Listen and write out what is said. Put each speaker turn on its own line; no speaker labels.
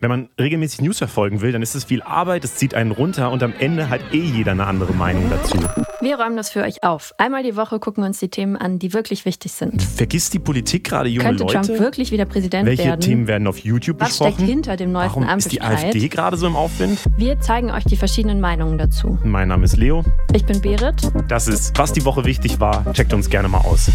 wenn man regelmäßig News verfolgen will, dann ist es viel Arbeit, es zieht einen runter und am Ende hat eh jeder eine andere Meinung dazu.
Wir räumen das für euch auf. Einmal die Woche gucken wir uns die Themen an, die wirklich wichtig sind.
Vergisst die Politik gerade junge
Könnte
Leute?
Trump wirklich wieder Präsident
Welche
werden?
Themen werden auf YouTube
Was
besprochen?
steckt hinter dem neuesten
Warum ist die
Ampelstreit?
AfD gerade so im Aufwind?
Wir zeigen euch die verschiedenen Meinungen dazu.
Mein Name ist Leo.
Ich bin Berit
Das ist, was die Woche wichtig war. Checkt uns gerne mal aus.